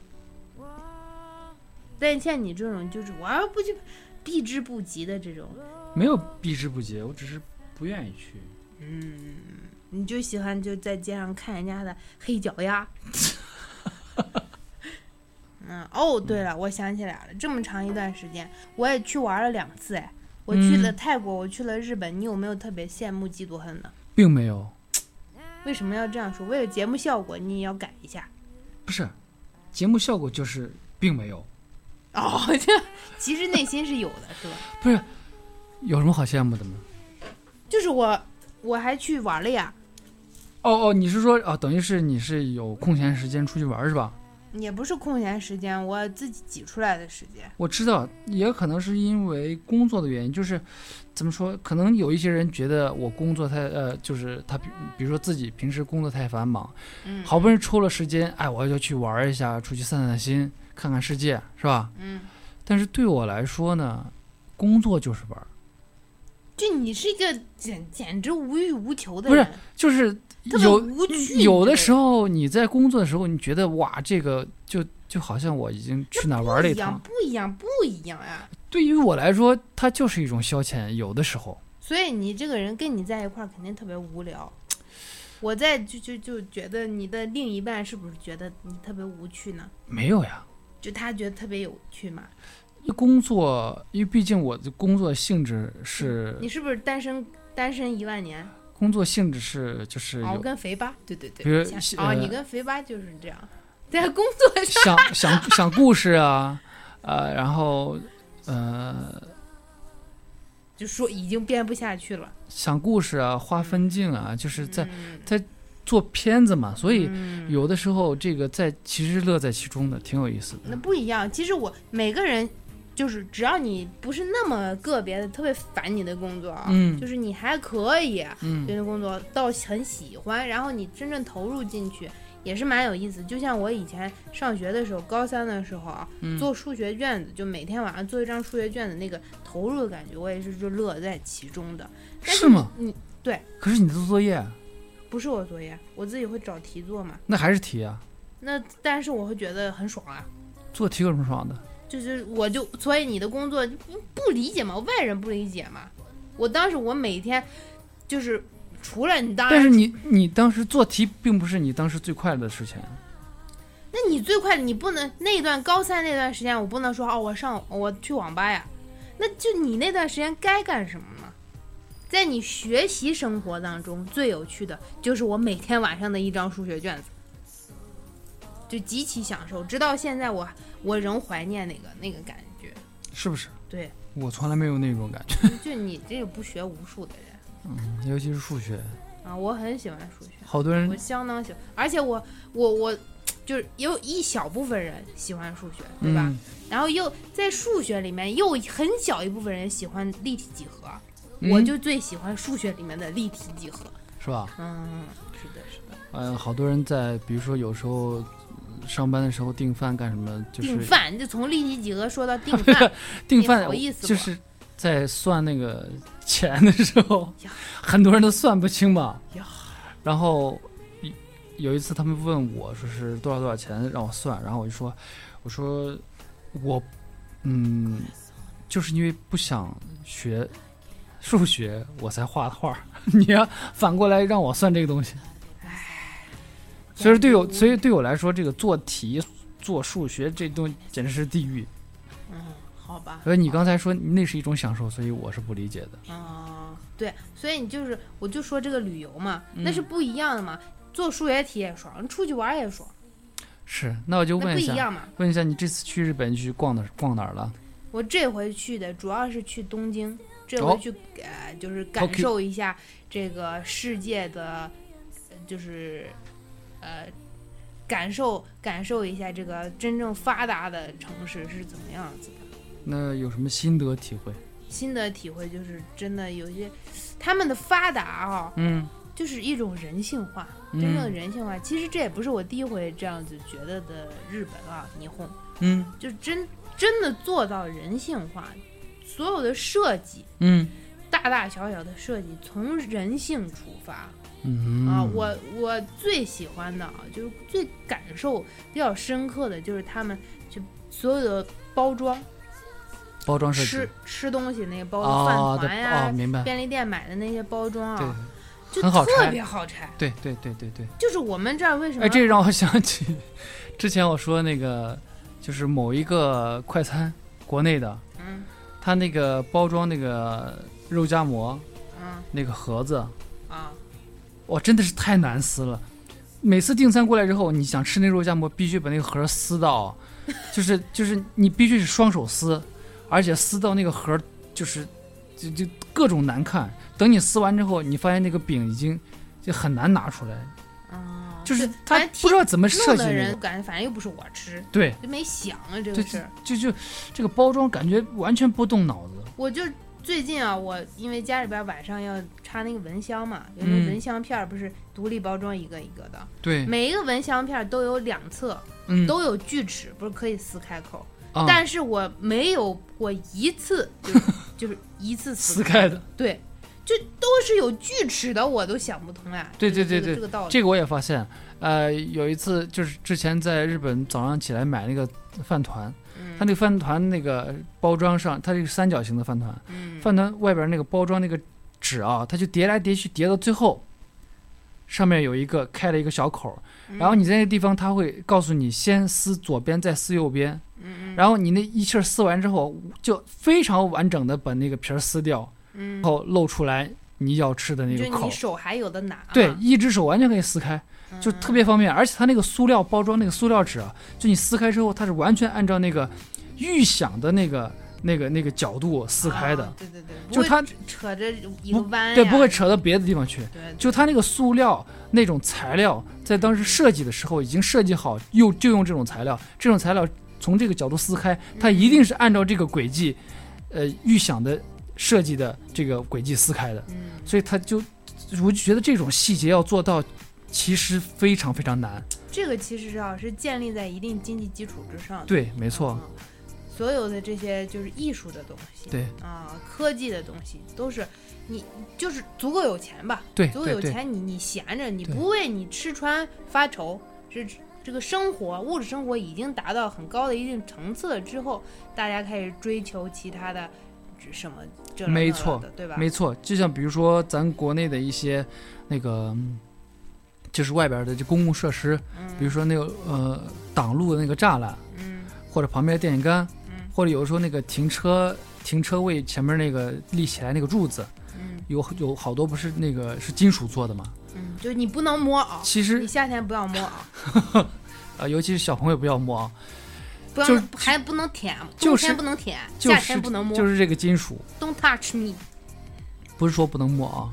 但像你这种，就是我要不去，避之不及的这种，
没有避之不及，我只是不愿意去。
嗯，你就喜欢就在街上看人家的黑脚 丫。嗯，哦，对了，我想起来了，这么长一段时间，我也去玩了两次哎。
嗯
我去了泰国，我去了日本，你有没有特别羡慕、嫉妒、恨呢？
并没有，
为什么要这样说？为了节目效果，你也要改一下。
不是，节目效果就是并没有，
哦，这其实内心是有的，是吧？
不是，有什么好羡慕的吗？
就是我，我还去玩了呀，
哦哦，你是说啊，等于是你是有空闲时间出去玩儿是吧？
也不是空闲时间，我自己挤出来的时间。
我知道，也可能是因为工作的原因，就是怎么说，可能有一些人觉得我工作太呃，就是他比比如说自己平时工作太繁忙，
嗯
好不容易抽了时间，哎，我要去玩一下，出去散散心，看看世界，是吧？
嗯，
但是对我来说呢，工作就是玩儿，
就你是一个简简直无欲无求的
不是
人。
就是
特别
有
无趣
有的
你
时候你在工作的时候，你觉得哇，这个就就好像我已经去哪儿玩
这个不
了一
一样，
趟。
不一样，不一样呀、
对于我来说，它就是一种消遣，有的时候。
所以你这个人跟你在一块儿肯定特别无聊。我在就就就觉得你的另一半是不是觉得你特别无趣呢？
没有呀，
就他觉得特别有趣嘛？
工作，因为毕竟我的工作性质是
嗯你是不是单身单身一万年？
工作性质是就是
哦，
有
跟肥八，对对
比如
对，像
呃
哦，你跟肥八就是这样，在工作 上
想想想故事啊，呃，然后呃
就说已经编不下去了。
想故事啊，画分镜啊，就是在
嗯
做片子嘛，所以
嗯
有的时候这个在其实乐在其中的，挺有意思
那
的。
不一样。其实我每个人，就是只要你不是那么个别的特别烦你的工作啊，
嗯
就是你还可以
嗯
对那工作到很喜欢，然后你真正投入进去，也是蛮有意思。就像我以前上学的时候，高三的时候啊，
嗯
做数学卷子，就每天晚上做一张数学卷子，那个投入的感觉，我也是就乐在其中的。但
是吗？
你对，
可是你做作业
不是我作业，我自己会找题做嘛。
那还是题啊，
那但是我会觉得很爽啊，
做题有什么爽的？
就是我就所以你的工作不不理解嘛，外人不理解嘛。我当时我每天就是除了你当然，
但是你你当时做题并不是你当时最快乐的事情，啊
那你最快你不能那一段高三那段时间，我不能说哦，我上我去网吧呀，那就你那段时间该干什么呢？在你学习生活当中，最有趣的就是我每天晚上的一张数学卷子，就极其享受。直到现在我，我仍怀念那个那个感觉。
是不是？
对，
我从来没有那种感觉，
就你这个不学无术的人
尤其是数学，
啊，我很喜欢数学，
好多人
我相当喜欢，而且我我我就是也有一小部分人喜欢数学，对吧？
嗯
然后又在数学里面又很小一部分人喜欢立体几何，
嗯
我就最喜欢数学里面的立体几何。
是吧？
嗯，是的，是的。
嗯，好多人在，比如说有时候嗯上班的时候订饭干什么，就是
订饭就从立体几何说到订饭，
订
你
饭
好意思不
就是在算那个钱的时候
呀，
很多人都算不清嘛
呀。
然后一有一次他们问我说是多少多少钱让我算，然后我就说，我说我嗯，就是因为不想学数学，我才画的画。 你要反过来让我算这个东西，所以说对我，所以对我来说，这个做题、做数学这东西简直是地狱。
嗯， 好吧。
所以你刚才说那是一种享受，所以我是不理解的。
啊，对，所以你就是，我就说这个旅游嘛，那
嗯
是不一样的嘛。做数学题也爽，出去玩也爽，
是，那我就
那
问
不
一
一
下，
样嘛。
问一下你这次去日本去逛哪逛哪儿了？
我这回去的主要是去东京，这
哦
回去、呃就是感
Tokyo
受一下这个世界的，呃就是呃感受感受一下这个真正发达的城市是怎么样子的。
那有什么心得体会？
新的体会就是真的有些他们的发达啊、
嗯
就是一种人性化，
嗯
真正的人性化。其实这也不是我第一回这样子觉得的日本啊，霓虹
嗯
就真真的做到人性化，所有的设计，
嗯
大大小小的设计，从人性出发、
嗯
啊。我我最喜欢的啊，就是最感受比较深刻的就是他们就所有的包装，
包装设
吃
计
吃东西那个包装，
哦，
饭团呀、
哦，明白，
便利店买的那些包装
对
啊，就
很好拆
特别好拆。
对对对对对。
就是我们这儿为什么
哎，这让我想起 之前我说那个，就是某一个快餐，国内的，
嗯
它那个包装那个肉夹馍
嗯
那个盒子，
啊
哇，真的是太难撕了。每次订餐过来之后，你想吃那肉夹馍，必须把那个盒儿撕到，就是就是你必须是双手撕，而且撕到那个盒儿就是就就各种难看。等你撕完之后，你发现那个饼已经就很难拿出来，
啊，
就是
反
他
正
不知道怎么
挺
设
弄
计
的
那
人
个。
感觉反正又不是我吃，
对
就没想啊这
对
个事儿。
就就这个包装感觉完全不动脑子。
我就最近啊，我因为家里边晚上要插那个蚊香嘛，有那
嗯
个蚊香片儿不是独立包装一个一个的，
对，
每一个蚊香片儿都有两侧
嗯，
都有锯齿，不是可以撕开口，
啊
但是我没有过一次 就是就是一次
撕
撕
开的，
对。就都是有锯齿的，我都想不通呀、
对
这个
对对
这个
对
这个道理。
这个我也发现。呃，有一次就是之前在日本早上起来买那个饭团，
嗯
它那个饭团那个包装上，它这个三角形的饭团，
嗯
饭团外边那个包装那个纸啊，它就叠来叠去，叠到最后，上面有一个开了一个小口儿，
嗯
然后你在那个地方，它会告诉你先撕左边，再撕右边，
嗯
然后你那一气儿撕完之后，就非常完整的把那个皮儿撕掉，
嗯
然，后露出来你要吃哦的那
就
个口
你
儿。
手还有的拿，啊
对，一只手完全可以撕开，就特
嗯
别方便。而且它那个塑料包装，那个塑料纸啊，就你撕开之后，它是完全按照那个预想的那个、那个、那个角度撕开的，
啊对对对，
就
不会
它
扯着一个弯呀，
对，不会扯到别的地方去。
对，对，
就它那个塑料那种材料，在当时设计的时候已经设计好，用就用这种材料，这种材料从这个角度撕开，它
嗯
一定是按照这个轨迹，呃，预想的设计的这个轨迹撕开的。
嗯，
所以他就，我就觉得这种细节要做到，其实非常非常难。
这个其实啊是建立在一定经济基础之上的。
对，没错，
嗯所有的这些就是艺术的东西，
对
啊，科技的东西都是你就是足够有钱吧，
对
足够有
对对
钱你你闲着，你
对
不为你吃穿发愁，是这个生活物质生活已经达到很高的一定层次了之后，大家开始追求其他的什么这了
没
那了
错
的，对吧？
没错。就像比如说咱国内的一些那个，嗯就是外边的这公共设施，比如说那个呃挡路的那个栅栏，
嗯
或者旁边的电线杆，
嗯
或者有的时候那个停车停车位前面那个立起来那个柱子，
嗯
有有好多不是那个是金属做的嘛。
嗯，就是你不能摸袄，
其实
你夏天不要摸袄，啊
呃，尤其是小朋友不要摸啊，
不要
就是
还不能舔，
就
冬
是
天不能舔，
就
夏
是
天不能摸、
就是这个金属，
d o n t touch me。
不是说不能摸啊，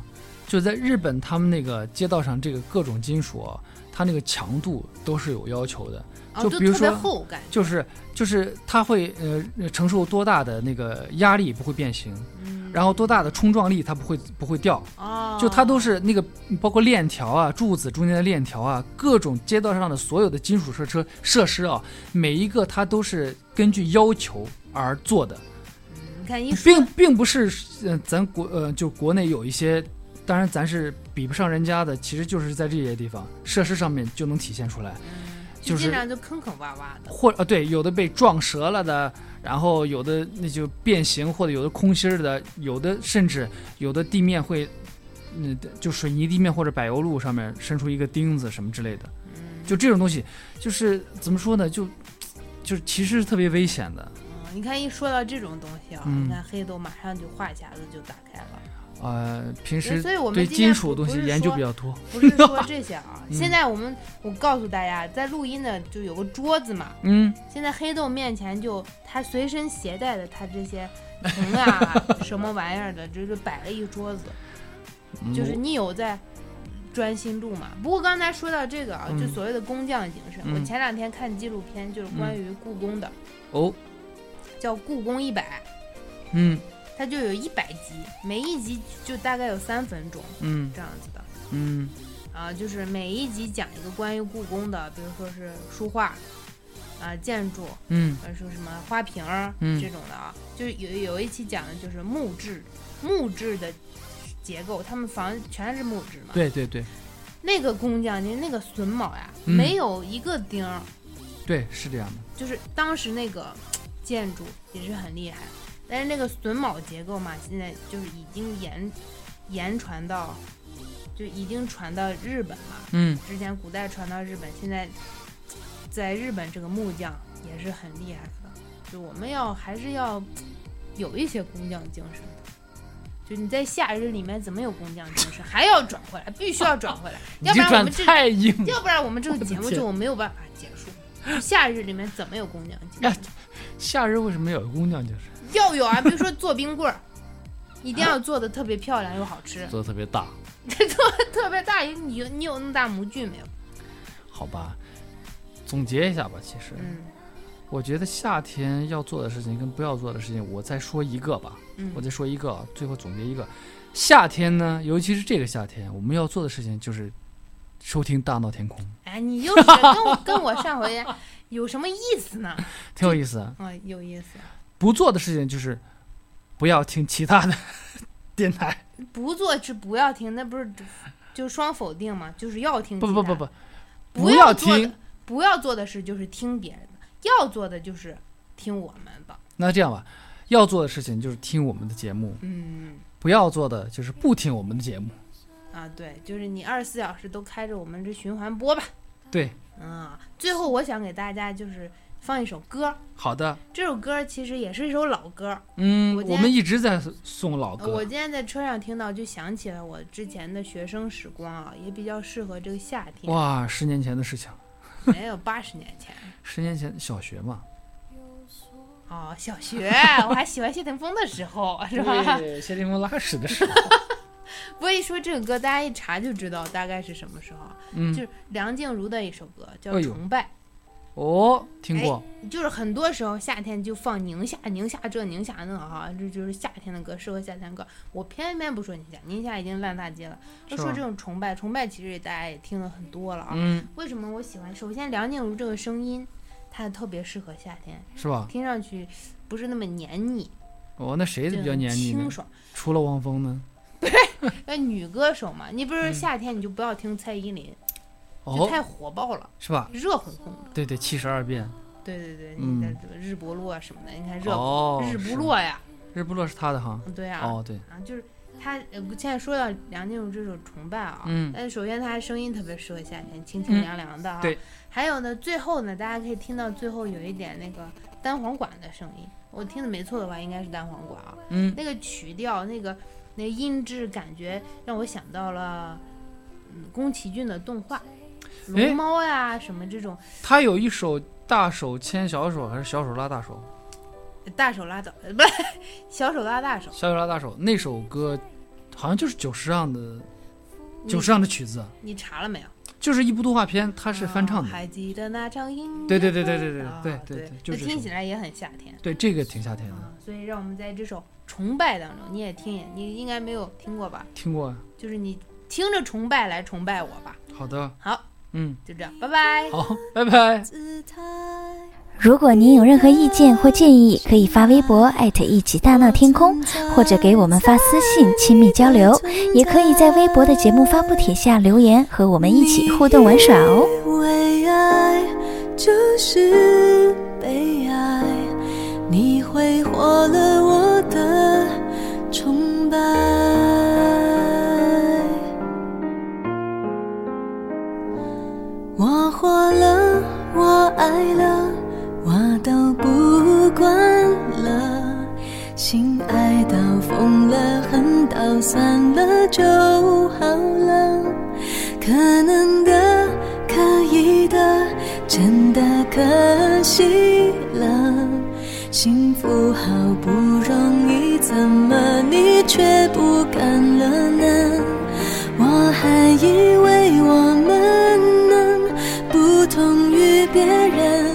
就在日本他们那个街道上，这个各种金属、啊，它那个强度都是有要求的，
啊，
就
就
比如
特别
说
厚感觉，
就是就是它会呃承受多大的那个压力不会变形，
嗯
然后多大的冲撞力它不会不会掉，
哦，
就它都是那个包括链条啊、柱子中间的链条啊，各种街道上的所有的金属设施设施啊，每一个它都是根据要求而做的。
你看一说
并并不是，呃，咱国呃，就国内有一些，当然咱是比不上人家的，其实就是在这些地方设施上面就能体现出来，就
就是经常就坑坑洼洼的，
或啊、对，有的被撞折了的，然后有的那就变形，或者有的空心儿的，有的甚至有的地面会，嗯，就水泥地面或者柏油路上面伸出一个钉子什么之类的，
嗯
就这种东西，就是怎么说呢，就就是其实是特别危险的。
嗯，你看一说到这种东西啊，
嗯
你看黑豆马上就话匣子就打开 了，
呃，平
对
时
所以我们
对
今
金
天
属
不
东
不
西
是
研究
说
比较多。
不是 说这些啊，
嗯
现在我们我告诉大家，在录音的就有个桌子嘛，
嗯，
现在黑豆面前就他随身携带的他这些铜 啊什么玩意儿的，就是摆了一桌子，就是
嗯
你有在。专心录嘛？不过刚才说到这个啊，就
嗯
所谓的工匠精神，我
嗯
前两天看纪录片，就是关于故宫的，
哦，
叫《故宫一百
嗯》，
它就有一百集，每一集就大概有三分钟
嗯
这样子的
嗯
啊，就是每一集讲一个关于故宫的，比如说是书画啊、建筑，
嗯
呃，说什么花瓶儿、
嗯
这种的啊，就是有有一期讲的就是木质木质的结构，他们房子全是木质嘛，
对对对
那个工匠您那个榫卯呀，
嗯
没有一个钉儿。
对，是这样的。
就是当时那个建筑也是很厉害，但是那个榫卯结构嘛，现在就是已经延延传到，就已经传到日本了。
嗯
之前古代传到日本，现在在日本这个木匠也是很厉害的。就我们要还是要有一些工匠精神的。就你在夏日里面怎么有工匠精神，还要转回来，必须要转回来，要不然我们这
硬
要不然我们这个节目
嗯我的天
就没有办法结束。夏日里面怎么有工匠精
啊
神？
夏日为什么有姑娘就是
要有啊，比如说做冰棍儿，一定要做的特别漂亮又好 吃，
做的特别大？
做得特别大。你有你有那么大模具没有？
好吧，总结一下吧。其实、
嗯
我觉得夏天要做的事情跟不要做的事情，我再说一个吧。
嗯，
我再说一个啊，最后总结一个。夏天呢，尤其是这个夏天，我们要做的事情就是收听《大闹天宫》，
哎，你又是跟我跟我上 回有什么意思呢？
挺有意思啊。
啊、有意思。
不做的事情就是不要听其他的 电台。
不做是不要听，那不是就双否定嘛？就是要听。
不不不不，
不
不要
做的
听。
不要做的事就是听别人的，要做的就是听我们的。
那这样吧，要做的事情就是听我们的节目，
嗯。
不要做的就是不听我们的节目。
啊，对，就是你二十四小时都开着我们这循环播吧。
对，
嗯，最后我想给大家就是放一首歌，
好的，
这首歌其实也是一首老歌，
嗯，
我今
我
天
们一直在送老
呃我
歌，
今天在车上听到，就想起了我之前的学生时光啊，也比较适合这个夏天，
哇，十年前的事情，
没有八十年前
十年前小学嘛，
哦，小学我还喜欢谢霆锋的时候， 是吧？
对，谢霆锋拉屎的 时候，
不过一说这个歌，大家一查就知道大概是什么时候，
嗯
就是梁静茹的一首歌叫
哎
《
呦
崇拜》。
哦，听过，
就是很多时候夏天就放宁夏、宁夏这、宁夏那哈，这就是夏天的歌，适合夏天歌。我偏偏不说宁夏，宁夏已经烂大街了。就是说
吧
这种崇拜，崇拜其实也大家也听了很多了啊。
啊嗯，
为什么我喜欢？首先，梁静茹这个声音，她特别适合夏天，
是吧？
听上去不是那么黏腻，
哦，那谁
就
比较
很
黏腻呢
清？爽。
除了汪峰呢？
那女歌手嘛，你不是夏天你就不要听蔡依林，就
嗯哦，
太火爆了，
是吧？
热烘烘的。
对对，七十二变，
对对对，
嗯
你的这个日不落啊什么的，你看热、
哦，
日
是
不落呀，
日不落是他的哈。
对啊，
哦，对，
啊，就是他，呃我现在说到梁静茹这首《崇拜》啊，
嗯
但是首先她声音特别适合夏天，清清
嗯
凉凉的啊。
对。
还有呢，最后呢，大家可以听到最后有一点那个单簧管的声音，我听的没错的话，应该是单簧管啊。
嗯，
那个曲调，那个那个音质感觉让我想到了，嗯，宫崎骏的动画。
诶
龙猫呀，什么这种
他有一首大手牵小手，还是小手拉大手？
大手拉倒，呃不是小手拉大手，
小手拉大手那首歌，好像就是九十上的
嗯你
九十上的曲子，
你查了没有？
就是一部动画片，它是翻唱
哦
的。
还记得那场音乐会？
对对对对对对
啊
对
对
对对就是
那
这
听
首
起来也很夏天
对，这个挺夏天的，
啊。所以让我们在这首《崇拜》当中，你也听一眼，你应该没有听过吧？
听过。
就是你听着《崇拜》来崇拜我吧。
好的，
好，
嗯，
就这样，拜拜。
好，拜 拜。
如果您有任何意见或建议，可以发微博艾特一起大闹天空，或者给我们发私信亲密交流，也可以在微博的节目发布帖下留言，和我们一起互动玩耍哦。
为爱就是被爱，你挥霍了我的崇拜。我活了，我爱了，我都不管了。心爱到疯了，恨到散了就好了。可能的，可以的，真的可惜了。幸福好不容易，怎么你却不干了呢？我还以为我们能不同于别人，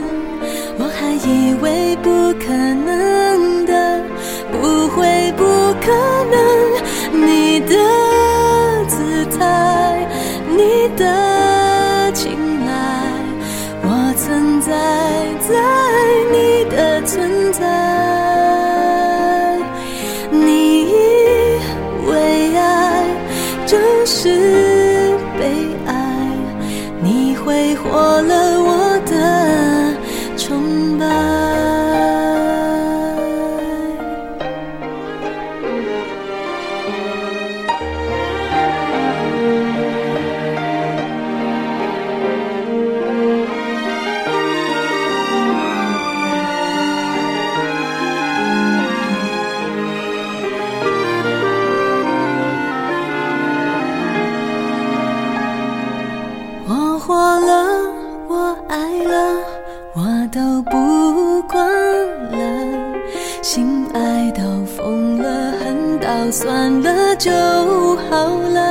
我还以为不可能的，不会不可能。你的姿态，你的青睐，我存在在你的存在。你以为爱就是被爱，你挥霍了我的崇拜。我活了，我爱了，我都不管了。心爱到疯了，恨到算了就好了。